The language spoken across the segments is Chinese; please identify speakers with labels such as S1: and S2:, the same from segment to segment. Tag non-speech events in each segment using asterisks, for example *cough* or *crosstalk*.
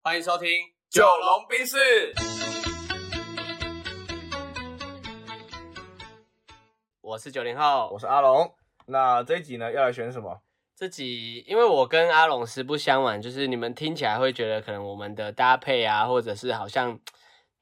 S1: 欢迎收听《
S2: 九龙冰室。
S1: 我是九零后
S2: 我。是阿龙。那这一集呢，要来选什么？
S1: 这集因为我跟阿龙实不相瞒，就是你们听起来会觉得可能我们的搭配啊，或者是好像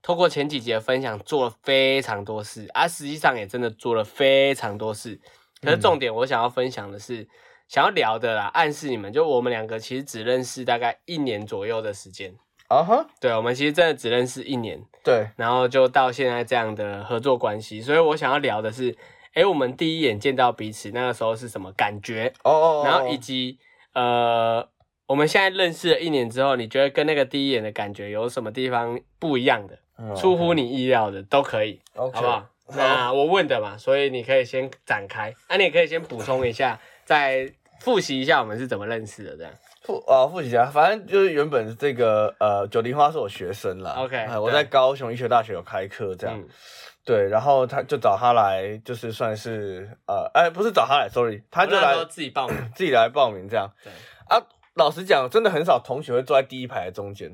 S1: 透过前几集的分享做了非常多事，啊，实际上也真的做了非常多事。可是重点我想要分享的是，想要聊的啦，暗示你们，就我们两个其实只认识大概一年左右的时间。
S2: 啊哈，
S1: 对，我们其实真的只认识一年，
S2: 对，
S1: 然后就到现在这样的合作关系。所以我想要聊的是，诶，我们第一眼见到彼此那个时候是什么感觉？
S2: 哦哦哦，
S1: 然后以及呃，我们现在认识了一年之后，你觉得跟那个第一眼的感觉有什么地方不一样的，
S2: 哦
S1: 出乎你意料的都可以，
S2: o
S1: 好不好？那我问的嘛，所以你可以先展开，那、你也可以先补充一下，再复习一下我们是怎么认识的，这样。
S2: 复啊复习一下，反正就是原本这个呃九零花是我学生啦
S1: OK，
S2: 哎我
S1: 对
S2: 在高雄医学大学有开课这样，
S1: 嗯
S2: 对，然后他就找他来，就是算是呃哎不是找他来，sorry，他就
S1: 我那
S2: 来
S1: 时候自己报名，
S2: 自己来报名这样
S1: 对
S2: 啊。老实讲，真的很少同学会坐在第一排的中间，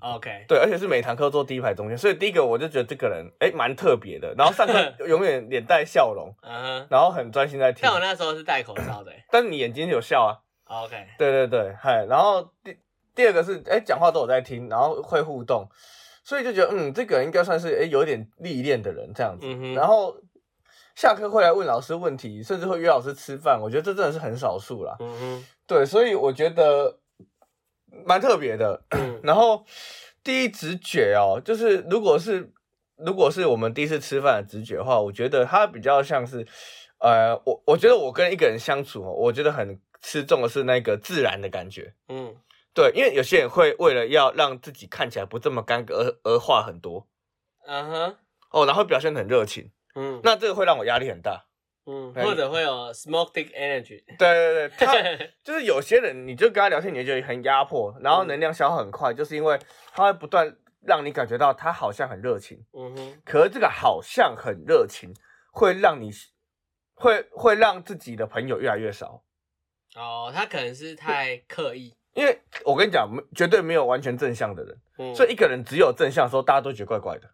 S1: ，OK，
S2: 对，而且是每堂课坐第一排中间，所以第一个我就觉得这个人哎蛮特别的，然后上课永远脸带笑容，
S1: 嗯哼。
S2: 然后很专心在听
S1: 但，我那时候是戴口罩的欸
S2: 但是你眼睛有笑啊，
S1: ，OK，
S2: 对对对，嗨，然后第第二个是哎讲话都有在听，然后会互动，所以就觉得嗯这个人应该算是哎有点历练的人这样子，
S1: 嗯哼，
S2: 然后下课会来问老师问题，甚至会约老师吃饭，我觉得这真的是很少数啦，
S1: 嗯哼，
S2: 对，所以我觉得蛮特别的，
S1: 嗯
S2: 然后第一直觉哦，就是如果是如果是我们第一次吃饭的直觉的话，我觉得它比较像是，呃，我我觉得我跟一个人相处哦，我觉得很吃重的是那个自然的感觉。
S1: 嗯，
S2: 对，因为有些人会为了要让自己看起来不这么尴尬而而话很多
S1: 嗯哼，
S2: 哦，然后表现得很热情，
S1: 嗯，
S2: 那这个会让我压力很大。
S1: 嗯，
S2: 哎
S1: 或者会有 smoke dick energy， *laughs*
S2: 对对对，他就是有些人，你就跟他聊天，你就觉得很压迫，然
S1: 嗯
S2: 后能量消耗很快，就是因为他会不断让你感觉到他好像很热情，
S1: 嗯哼，
S2: 可是这个好像很热情，会让你会会让自己的朋友越来越少。
S1: 哦，他可能是太刻意，
S2: 因为我跟你讲，没绝对没有完全正向的人，
S1: 嗯，
S2: 所以一个人只有正向的时候，大家都觉得怪怪的。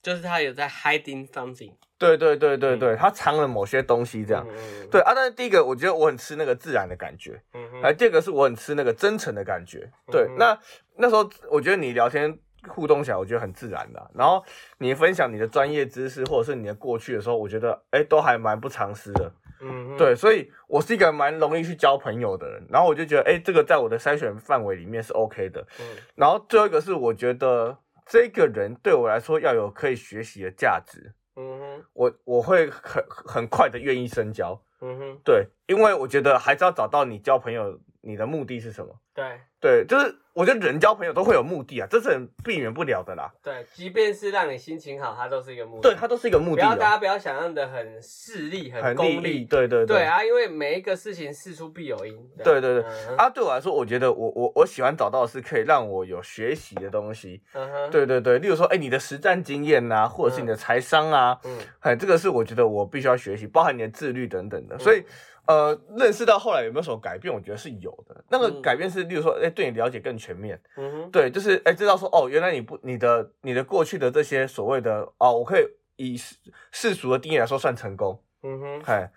S1: 就是他有在 hiding something，
S2: 对对对对对，他藏了某些东西这样。
S1: 嗯，
S2: 对啊，但是第一个，我觉得我很吃那个自然的感觉，
S1: 嗯哼
S2: 哎，第二个是我很吃那个真诚的感觉。对
S1: 嗯，
S2: 那那时候我觉得你聊天互动起来，我觉得很自然的啊、然后你分享你的专业知识或者是你的过去的时候，我觉得哎，都还蛮不藏私的。
S1: 嗯哼，
S2: 对，所以我是一个蛮容易去交朋友的人，然后我就觉得，哎、这个在我的筛选范围里面是 OK 的。
S1: 嗯
S2: 然后最后一个是，我觉得这个人对我来说要有可以学习的价值，
S1: 嗯哼，
S2: 我我会很很快的愿意深交。
S1: 嗯哼，
S2: 对，因为我觉得还是要找到你交朋友你的目的是什么。
S1: 对
S2: 对，就是我觉得人交朋友都会有目的啊，这是很避免不了的啦。
S1: 对，即便是让你心情好，它都是一个目的，
S2: 对，它都是一个目
S1: 不
S2: 的哦、
S1: 要大家不要想象的很势利、很
S2: 很
S1: 功
S2: 利益。
S1: 利，
S2: 对对
S1: 对啊，因为每一个事情事出必有因，
S2: 对对对
S1: 嗯哼
S2: 啊，对我来说，我觉得我我我喜欢找到的是可以让我有学习的东西。
S1: 嗯哼，，
S2: 对对对，例如说，哎，你的实战经验呐、或者是你的财商啊，
S1: 嗯
S2: 哎，这个是我觉得我必须要学习，包含你的自律等等
S1: 嗯
S2: 的。所以，呃，认识到后来有没有什么改变，我觉得是有的。那个
S1: 嗯
S2: 改变是，例如说，哎，对你了解更全面，
S1: 嗯哼，
S2: 对，就是哎，知道说，哦，原来你不你的你的过去的这些所谓的哦，我可以以世世俗的定义来说算成功，
S1: 嗯哼，
S2: 哎。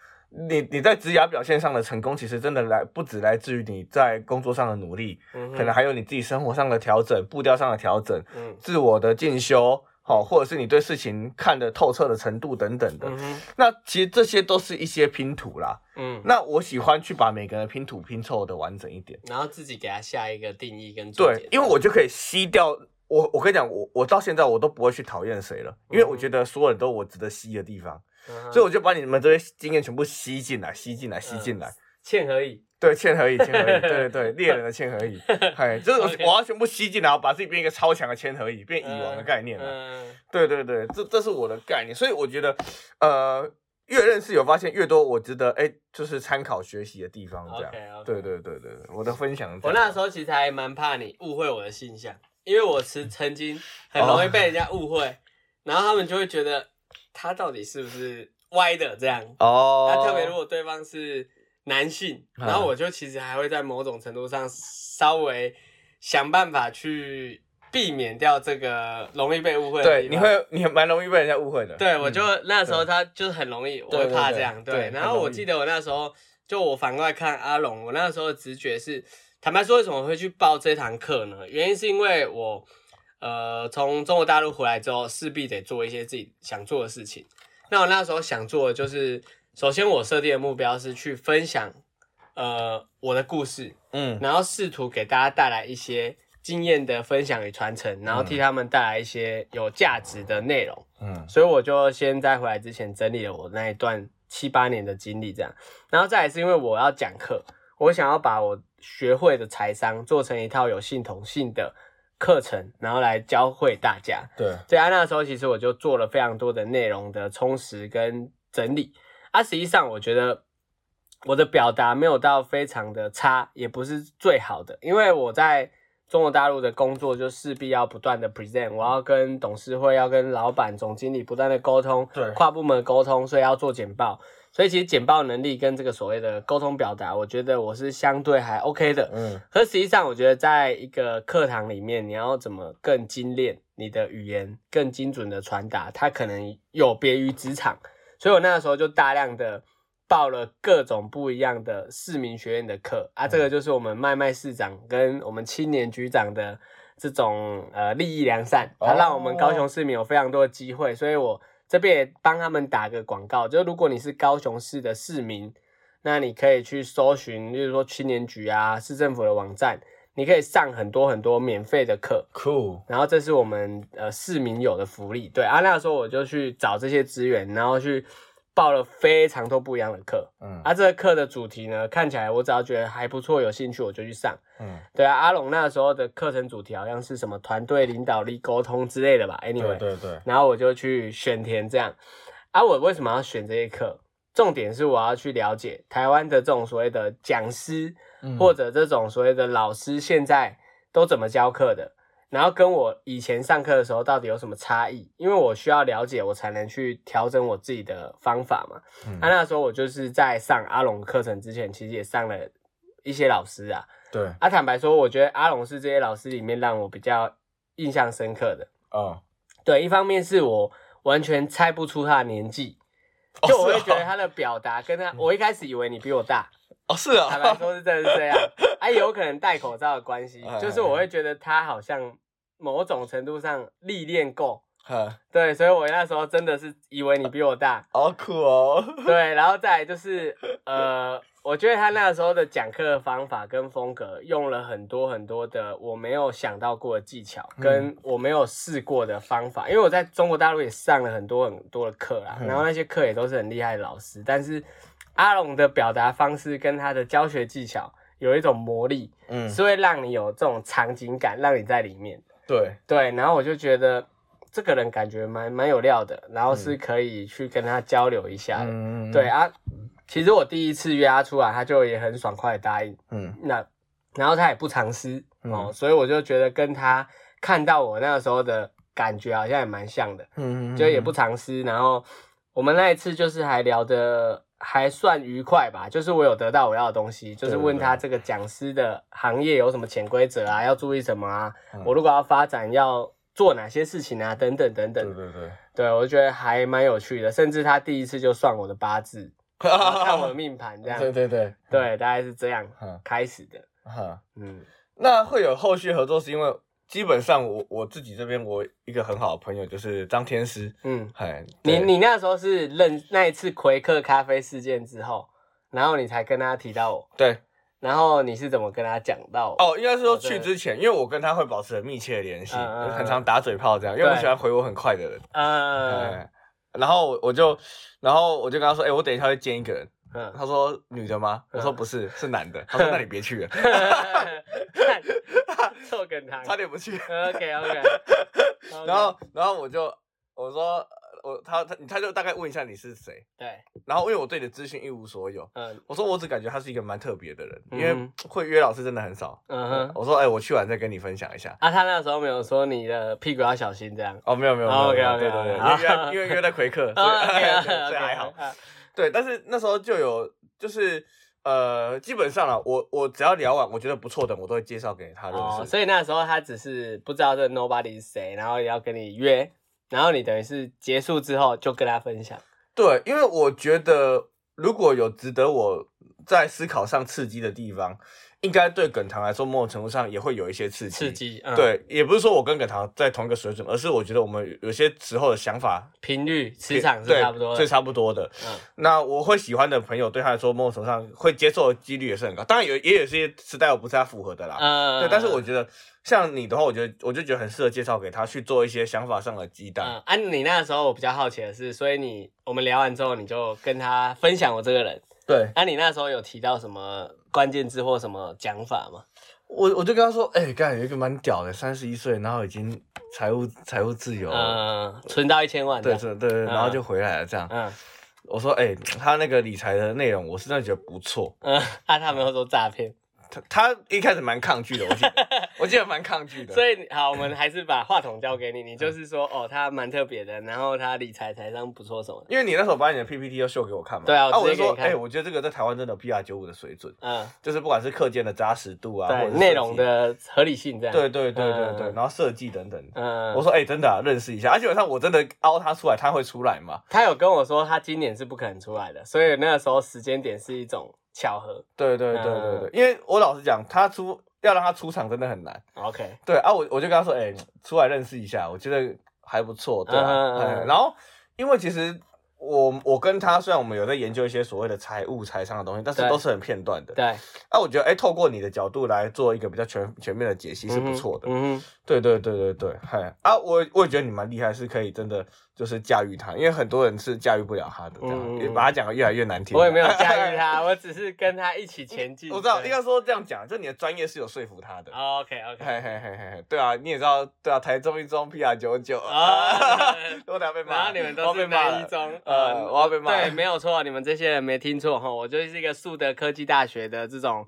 S2: 你你在职涯表现上的成功，其实真的来不只来自于你在工作上的努力，
S1: 嗯哼，
S2: 可能还有你自己生活上的调整、步调上的调整，
S1: 嗯
S2: 自我的进修，好、或者是你对事情看得透彻的程度等等的。
S1: 嗯哼，
S2: 那其实这些都是一些拼图啦。
S1: 嗯，
S2: 那我喜欢去把每个人的拼图拼凑的完整一点，
S1: 然后自己给他下一个定义跟注解
S2: 对，因为我就可以吸掉。我我跟你讲，我我到现在我都不会去讨厌谁了，因为我觉得所有人都有我值得吸的地方，
S1: 嗯哼
S2: 所以我就把你们这些经验全部吸进来，吸进来，吸进来。
S1: 嗯嵌合以。
S2: *laughs* 对，嵌合蚁，嵌合蚁，对对对，
S1: *laughs*
S2: 猎人的嵌合蚁，哎，就是我
S1: OK
S2: 我要全部吸进来，我把自己变一个超强的嵌合蚁，变蚁王的概念啊了。
S1: 嗯
S2: 对对对，这这是我的概念，所以我觉得，呃，越认识有发现越多，我值得哎，就是参考学习的地方这样。
S1: ，OK，
S2: 对。对对对对，我的分享是这
S1: 我
S2: 样。
S1: 那时候其实还蛮怕你误会我的性向，因为我是曾经很
S2: 哦
S1: 容易被人家误会，然后他们就会觉得他到底是不是歪的这样。
S2: 哦，
S1: 那、特别如果对方是男性，
S2: 嗯
S1: 然后我就其实还会在某种程度上稍微想办法去避免掉这个容易被误会的
S2: 对，
S1: 地
S2: 你
S1: 方。
S2: 会你蛮容易被人家误会的。
S1: 对，我就
S2: 嗯
S1: 那时候他就是很容易，我会怕这样。
S2: 对对
S1: 对，
S2: 对
S1: 然后
S2: 很容
S1: 我
S2: 易
S1: 记得我那时候就我反过来看阿龙，我那时候的直觉是，坦白说，为什么会去报这堂课呢？原因是因为我呃从中国大陆回来之后，势必得做一些自己想做的事情。那我那时候想做的就是，首先我设定的目标是去分享呃我的故事，
S2: 嗯
S1: 然后试图给大家带来一些经验的分享与传承，然后替他们带来一些有价值的内容。
S2: 嗯
S1: 所以我就先在回来之前整理了我那一段七八年的经历，这样，然后再来是因为我要讲课，我想要把我学会的财商做成一套有系统性的课程，然后来教会大家。
S2: 对，
S1: 所以啊，那时候其实我就做了非常多的内容的充实跟整理。啊，实际上我觉得我的表达没有到非常的差，也不是最好的，因为我在中国大陆的工作就势必要不断的 present，我要跟董事会、要跟老板、总经理不断的沟通，
S2: 对
S1: 跨部门沟通，所以要做简报。所以其实简报能力跟这个所谓的沟通表达，我觉得我是相对还 OK 的。
S2: 嗯
S1: 可实际上，我觉得在一个课堂里面，你要怎么更精炼你的语言，更精准的传达，它可能有别于职场。所以我那时候就大量的报了各种不一样的市民学院的课啊，这个就是我们麦麦市长跟我们青年局长的这种呃利益良善，它让我们高雄市民有非常多的机会，所以我这边也帮他们打个广告，就是如果你是高雄市的市民，那你可以去搜寻，例如说青年局啊、市政府的网站，你可以上很多很多免费的课，
S2: ，cool，
S1: 然后这是我们呃市民有的福利。对啊，那时候我就去找这些资源，然后去报了非常多不一样的课。
S2: 嗯
S1: 啊，这个课的主题呢，看起来我只要觉得还不错，有兴趣我就去上。
S2: 嗯，
S1: 对啊，阿龙那时候的课程主题好像是什么团队领导力沟通之类的吧？Anyway，
S2: 对对对，
S1: 然后我就去选填这样。啊，我为什么要选这些课？重点是我要去了解台湾的这种所谓的讲师，
S2: 嗯
S1: 或者这种所谓的老师现在都怎么教课的，然后跟我以前上课的时候到底有什么差异？因为我需要了解，我才能去调整我自己的方法嘛。
S2: 嗯
S1: 啊，那时候我就是在上阿龙课程之前，其实也上了一些老师啊。
S2: 对，
S1: 啊，坦白说，我觉得阿龙是这些老师里面让我比较印象深刻的。
S2: 哦，
S1: 对，一方面是我完全猜不出他的年纪，
S2: 哦
S1: 就我会
S2: 是哦嗯
S1: 觉得他的表达跟他，我一开始以为你比我大，
S2: 哦是啊，
S1: *laughs* 坦
S2: *laughs*
S1: 白说是真的是这样，哎、有可能戴口罩的关系
S2: 哎，
S1: 就是我会觉得他好像某种程度上历练够，
S2: 哈，
S1: 对，所以我那时候真的是以为你比我大，
S2: 好酷 *laughs* 哦，
S1: 对，然后再来就是呃，我觉得他那时候的讲课方法跟风格用了很多很多的我没有想到过的技巧，
S2: 嗯
S1: 跟我没有试过的方法。因为我在中国大陆也上了很多很多的课啦，
S2: 嗯
S1: 然后那些课也都是很厉害的老师，但是阿龙的表达方式跟他的教学技巧有一种魔力，
S2: 嗯，
S1: 是会让你有这种场景感，让你在里面。
S2: 对，
S1: 对，然后我就觉得这个人感觉蛮蛮有料的，然后是可以去跟他交流一下的。
S2: 嗯
S1: 对，啊，其实我第一次约他出来，他就也很爽快地答应。
S2: 嗯
S1: 那然后他也不藏私、
S2: 嗯
S1: 哦，所以我就觉得跟他看到我那个时候的感觉好像也蛮像的，
S2: 嗯，
S1: 就也不藏私。然后我们那一次就是还聊得还算愉快吧，就是我有得到我要的东西，就是
S2: 对对
S1: 问他
S2: 对
S1: 这个讲师的行业有什么潜规则啊，要注意什么啊，
S2: 嗯
S1: 我如果要发展要做哪些事情啊，等等等
S2: 对
S1: 等。
S2: 对对，
S1: 对，我觉得还蛮有趣的，甚至他第一次就算我的八字，
S2: 哦
S1: 然后 *laughs* 看我的命盘这样，
S2: 对对对，
S1: 对，大概是这样
S2: 哈
S1: 开始的。
S2: 哈。
S1: 嗯，
S2: 那会有后续合作，是因为基本上我我自己这边，我一个很好的朋友就是张天师，
S1: 嗯，
S2: 哎，
S1: 你
S2: 对
S1: 你那时候是认那一次魁克咖啡事件之后，然后你才跟他提到我，
S2: 对
S1: 然后你是怎么跟他讲到我？
S2: 哦，应该是说
S1: 哦对
S2: 去之前，因为我跟他会保持很密切的联系，
S1: 嗯嗯嗯
S2: 很常打嘴炮这样，因为我
S1: 对
S2: 喜欢回我很快的人，
S1: 嗯
S2: 哎，然后我我就然后我就跟他说，哎，我等一下会见一个人，
S1: 嗯， *laughs*
S2: 他说女的吗？我说
S1: 嗯
S2: 不是，是男
S1: *laughs*
S2: 的，他说那你别去了， *laughs*
S1: 看臭梗糖
S2: 差点不去，
S1: ，OK OK，
S2: *laughs*
S1: 嗯
S2: 然后然后我就我说我他他他就大概问一下你是谁，
S1: 对，
S2: 然后因为我对你的资讯一无所有。
S1: 嗯
S2: 我说我只感觉他是一个蛮特别的人，因
S1: 嗯
S2: 为
S1: 哼
S2: 会约老师真的很少。
S1: 嗯哼，
S2: 我说，哎、我去完再跟你分享一下。
S1: 啊，他那时候没有说你的屁股要小心这样。
S2: 哦，没有没有没有
S1: 哦
S2: 没有
S1: OK，OK，
S2: 对对对，因
S1: 好
S2: 为约在因 *laughs*
S1: *laughs*
S2: 为约在魁克，所以
S1: 哦啊
S2: 对
S1: ，OK，OK，OK，
S2: 所以还好。
S1: 啊
S2: 对，但是那时候就有就是呃，基本上了，我我只要聊完我觉得不错的，我都会介绍给他认识。
S1: 哦，所以那时候他只是不知道这 nobody 是谁，然后也要跟你约，然后你等于是结束之后就跟他分享。
S2: 对，因为我觉得如果有值得我在思考上刺激的地方，应该对耿堂来说，某种程度上也会有一些刺激。
S1: 刺激，嗯，，
S2: 对，也不是说我跟耿堂在同一个水准，而是我觉得我们有有些时候的想法
S1: 频率磁场是
S2: 对
S1: 差不多
S2: 是
S1: 的，
S2: 差不多的。
S1: 嗯，
S2: 那我会喜欢的朋友，对他来说，某种程度上会接受的几率也是很高。当然有，也有些时代我不是他符合的啦。
S1: 呃
S2: 对，但是我觉得像你的话，我觉得我就觉得很适合介绍给他去做一些想法上的鸡蛋。
S1: 嗯，啊，你那时候我比较好奇的是，所以你我们聊完之后，你就跟他分享我这个人。
S2: 对，
S1: 啊，你那时候有提到什么关键字或什么讲法吗？
S2: 我我就跟他说，哎、刚才有一个蛮屌的，三十一岁，然后已经财务财务自由了，
S1: 嗯，存到一千万这
S2: 对
S1: 样。
S2: 对对对，然后就回来了这样。
S1: 嗯
S2: 我说，哎、他那个理财的内容，我是真的觉得不错。
S1: 嗯， *laughs* 啊，他没有说诈骗，
S2: 他他一开始蛮抗拒的，我记
S1: *laughs*
S2: 得，我记得蛮抗拒的。
S1: 所以好，我们还是把话筒交给你，
S2: 嗯
S1: 你就是说哦，他蛮特别的，然后他理财财商不错什么的。
S2: 因为你那时候把你的 PPT 要秀给我看嘛，
S1: 对啊我
S2: 啊，我就
S1: 直接给你
S2: 说，
S1: 看
S2: 哎、我觉得这个在台湾真的有 PR 九五的水准，
S1: 嗯，
S2: 就是不管是课件的扎实度啊，或
S1: 对
S2: 者，是
S1: 内
S2: 设
S1: 容
S2: 计，
S1: 的合理性这样。
S2: 对对对对对，
S1: 嗯
S2: 然后设计等等。
S1: 嗯，
S2: 我说，哎、真的、啊、认识一下，而、基本上我真的凹他出来，他会出来嘛？
S1: 他有跟我说他今年是不可能出来的，所以那个时候时间点是一种巧合。
S2: 对对对对
S1: 嗯
S2: 对，因为我老实讲，他出要让他出场真的很难。
S1: OK，
S2: 对啊，我我就跟他说，哎、出来认识一下，我觉得还不错，对啊。
S1: 嗯嗯嗯
S2: 哎然后，因为其实我我跟他虽然我们有在研究一些所谓的财务财商的东西，但是
S1: 对
S2: 都是很片段的。
S1: 对，
S2: 啊，我觉得哎、透过你的角度来做一个比较全全面的解析是不错的。
S1: 嗯哼，
S2: 对对对对对，嗨啊，我我也觉得你蛮厉害，是可以真的就是驾驭它，因为很多人是驾驭不了它的，这样、
S1: 嗯嗯嗯
S2: 也把它讲的越来越难听。
S1: 我也没有驾驭他，我只是跟他一起前进。
S2: *laughs* 我知道，应
S1: 对
S2: 该说这样讲，就你的专业是有说服他的。
S1: 哦 OK OK。
S2: 嘿嘿嘿嘿嘿，对啊，你也知道，对啊，台中一中 PR 九九 *laughs*
S1: 啊
S2: 啊，我等下被骂，
S1: *laughs* 然后你们
S2: 我
S1: 都
S2: 要被
S1: 是
S2: 骂
S1: 南一
S2: 了，
S1: 中，
S2: 呃，我要被骂了，
S1: 对，没有错，你们这些人没听错哈，我就是一个树德科技大学的
S2: *laughs*
S1: 这种，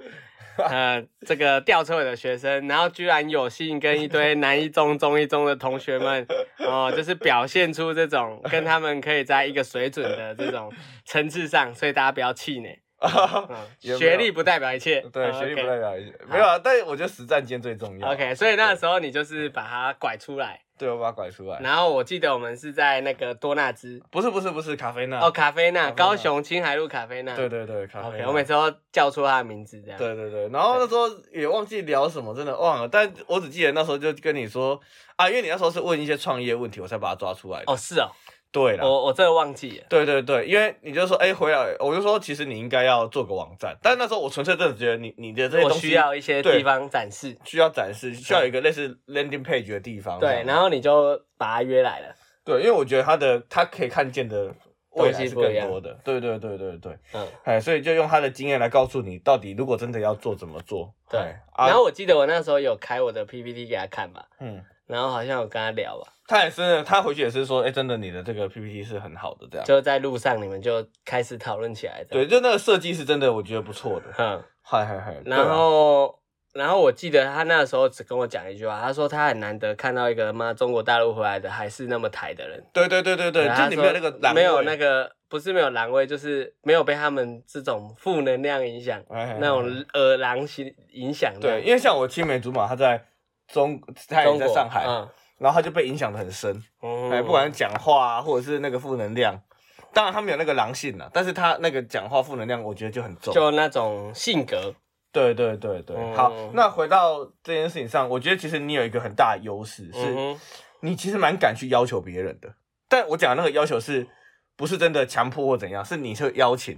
S1: 呃，这个吊车尾的学生，然后居然有幸跟一堆南一中、中一中的同学们，哦、就是表现出这种跟他们可以在一个水准的这种层次上，所以大家不要气馁，
S2: 也没有
S1: 嗯，学历不代表一切，
S2: *laughs* 对，
S1: 嗯
S2: 学历不
S1: OK
S2: 代表一切没有啊，但是我觉得实战间最重要。
S1: OK，所以那时候你就是把它拐出来，
S2: 对我把它拐出来，
S1: 然后我记得我们是在那个多纳兹
S2: 不是不是不是咖啡那，
S1: 哦，咖啡那，
S2: 啡那
S1: 高雄青海路咖啡那。
S2: 啊对对对，咖啡
S1: OK，
S2: 那。
S1: 我每次都叫错他的名字这样。
S2: 对对对，然后那时候也忘记聊什么，真的忘了。但我只记得那时候就跟你说啊，因为你那时候是问一些创业问题，我才把它抓出来的。
S1: 哦，是哦，
S2: 对啊啦，
S1: 我我这个忘记了。
S2: 对对对，因为你就说哎、回来，我就说其实你应该要做个网站，但那时候我纯粹真的觉得你你的这些
S1: 我
S2: 东西
S1: 需要一些
S2: 对
S1: 地方展示，
S2: 需要展示，需要有一个类似 landing page 的地方。
S1: 对，然后你就把他约来了，
S2: 对，因为我觉得它的它可以看见的未来是
S1: 东西不一
S2: 更
S1: 样
S2: 多的。对对对对对，
S1: 嗯，
S2: 哎，所以就用他的经验来告诉你，到底如果真的要做怎么做。
S1: 对
S2: 哎啊、
S1: 然后我记得我那时候有开我的 PPT 给他看吧，
S2: 嗯，
S1: 然后好像有跟他聊啊吧，
S2: 他也是，他回去也是说，哎、真的你的这个 PPT 是很好的这样。
S1: 就在路上你们就开始讨论起来的，，
S2: 啊对，就那个设计是真的，我觉得不错的。
S1: 嗯，
S2: 嗨嗨嗨，对啊
S1: 然后然后我记得他那时候只跟我讲一句话，他说他很难得看到一个妈中国大陆回来的还是那么台的人，
S2: 对对对对对，
S1: 然
S2: 就
S1: 后
S2: 你
S1: 他
S2: 没有那
S1: 说
S2: 个栏位，
S1: 没有那个不是没有狼味，就是没有被他们这种负能量影响，
S2: 哎哎哎
S1: 那种耳狼心影响这样，
S2: 对，因为像我青梅竹马，他在中，他也
S1: 中
S2: 在
S1: 国
S2: 上海，
S1: 嗯
S2: 然后他就被影响的很深。
S1: 嗯
S2: 哎，不管是讲话啊，或者是那个负能量，当然他没有那个狼性了，啊但是他那个讲话负能量，我觉得就很重。
S1: 嗯就那种性格，
S2: 对对对对，
S1: 嗯
S2: 好，那回到这件事情上，我觉得其实你有一个很大的优势，是、
S1: 嗯哼
S2: 你其实蛮敢去要求别人的。但我讲的那个要求是不是真的强迫或怎样，是你是邀请，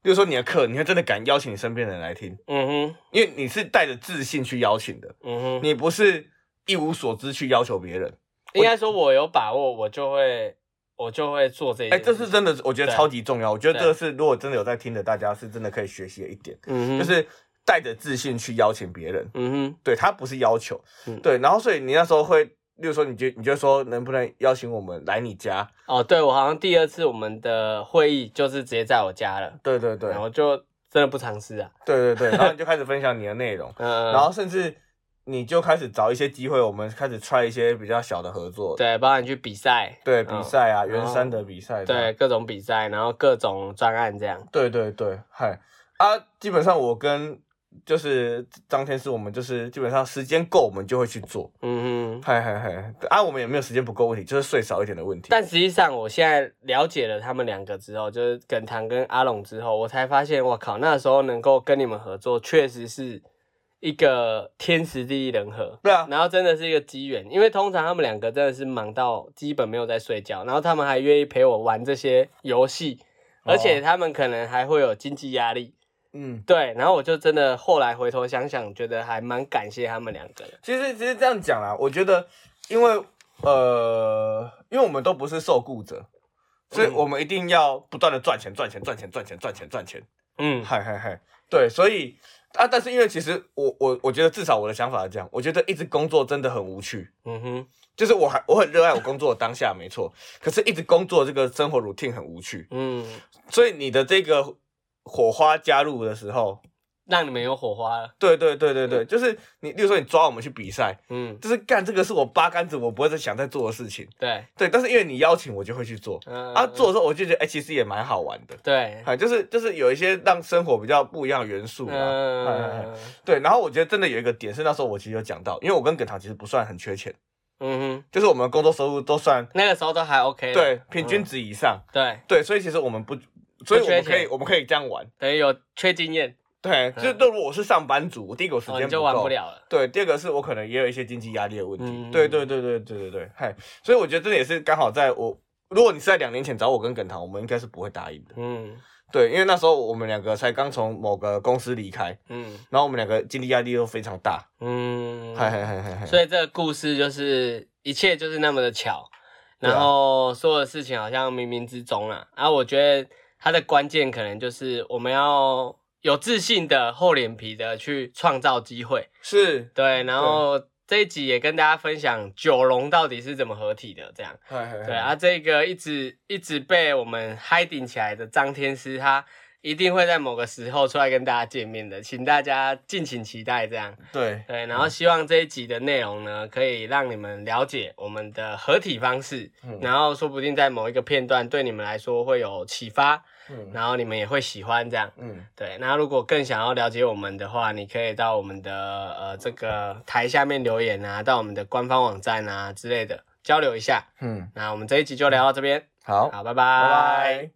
S2: 比如说你的课，你会真的敢邀请你身边的人来听，
S1: 嗯哼，
S2: 因为你是带着自信去邀请的，
S1: 嗯哼，
S2: 你不是一无所知去要求别人。
S1: 应该说我有把握，我就会我就会做这一
S2: 哎、
S1: 件事
S2: 这
S1: 情。
S2: 是真的，我觉得
S1: 对
S2: 超级重要。我觉得
S1: 对
S2: 这个是如果真的有在听的，大家是真的可以学习的一点，
S1: 嗯哼，
S2: 就是带着自信去邀请别人。
S1: 嗯哼，
S2: 对他不是要求，
S1: 嗯
S2: 对。然后所以你那时候会，例如说你就你就说能不能邀请我们来你家？
S1: 哦，对我好像第二次我们的会议就是直接在我家了，
S2: 对对对
S1: 然，后就真的不尝试啊，
S2: 对对 *laughs* 对。然后你就开始分享你的内容，
S1: 嗯，
S2: *laughs* 然后甚至你就开始找一些机会，我们开始 try 一些比较小的合作，
S1: 对，包含去比赛，
S2: 对
S1: 嗯
S2: 比赛啊，圆山的比赛，
S1: 对，各种比赛，然后各种专案这样，
S2: 对对对，嗨。啊，基本上我跟就是张天师，我们就是基本上时间够，我们就会去做。
S1: 嗯哼。
S2: 嗨嗨嗨，啊，我们也没有时间不够问题，就是睡少一点的问题。
S1: 但实际上，我现在了解了他们两个之后，就是耿堂跟阿龙之后，我才发现，我靠，那时候能够跟你们合作，确实是一个天时地利人和。
S2: 对啊，
S1: 然后真的是一个机缘，因为通常他们两个真的是忙到基本没有在睡觉，然后他们还愿意陪我玩这些游戏，
S2: 哦
S1: 而且他们可能还会有经济压力，
S2: 嗯，
S1: 对，然后我就真的后来回头想想，觉得还蛮感谢他们两个的，
S2: 其实其实这样讲啦，我觉得，因为呃，因为我们都不是受雇者，所以
S1: 嗯
S2: 我们一定要不断的赚钱，赚钱，赚钱，赚钱，赚钱，赚钱。
S1: 嗯
S2: 嗨嗨嗨，对，所以啊，但是因为其实我我我觉得至少我的想法是这样，我觉得一直工作真的很无趣。
S1: 嗯哼，
S2: 就是我还我很热爱我工作的当下，没错。可是，一直工作这个生活 routine 很无趣，
S1: 嗯，
S2: 所以你的这个火花加入的时候，
S1: 让你们有火花了，
S2: 对对对对对，就是你，例如说你抓我们去比赛，
S1: 嗯，
S2: 就是干这个是我八竿子我不会再想再做的事情，
S1: 对，
S2: 对。但是因为你邀请我就会去做，
S1: 嗯、
S2: 啊，做的时候我就觉得哎、其实也蛮好玩的，
S1: 对，
S2: 啊，就是就是有一些让生活比较不一样的元素啊。哎哎
S1: 嗯
S2: 哎对，然后我觉得真的有一个点是那时候我其实有讲到，因为我跟耿堂其实不算很缺钱，
S1: 嗯哼，
S2: 就是我们工作收入都算
S1: 那个时候都还 OK，了嗯
S2: 对平均值以上，
S1: 对，
S2: 对，所以其实我们不，所以我
S1: 缺
S2: 们可以
S1: 钱
S2: 我们可以这样玩。
S1: 等于有缺经验，
S2: 对，就是如果我是上班族，第一个我时
S1: 哦，
S2: 间
S1: 你就
S2: 够
S1: 玩不。了了，
S2: 对，第二个是我可能也有一些经济压力的问题
S1: 嗯。
S2: 对对对对对对对，嗨，所以我觉得这也是刚好在我，如果你是在两年前找我跟耿堂，我们应该是不会答应的。
S1: 嗯
S2: 对，因为那时候我们两个才刚从某个公司离开，
S1: 嗯
S2: 然后我们两个经济压力都非常大。
S1: 嗯，
S2: 嗨嗨嗨嗨嗨。
S1: 所以这个故事就是一切就是那么的巧，
S2: 对啊
S1: 然后所有的事情好像冥冥之中啦。然、后我觉得它的关键可能就是我们要有自信的、厚脸皮的去创造机会。
S2: 是，
S1: 对，然后这一集也跟大家分享九龙到底是怎么合体的，这样。
S2: 嗨嗨
S1: 对，啊，这个一直一直被我们嗨顶起来的张天师，他一定会在某个时候出来跟大家见面的，请大家敬请期待这样。
S2: 对，
S1: 对，然后希望这一集的内容呢，可以让你们了解我们的合体方式，
S2: 嗯
S1: 然后说不定在某一个片段对你们来说会有启发，
S2: 嗯
S1: 然后你们也会喜欢这样。
S2: 嗯，
S1: 对，那如果更想要了解我们的话，你可以到我们的呃这个台下面留言啊，到我们的官方网站啊之类的交流一下。
S2: 嗯，
S1: 那我们这一集就聊到这边，
S2: 好，
S1: 好，
S2: 拜拜。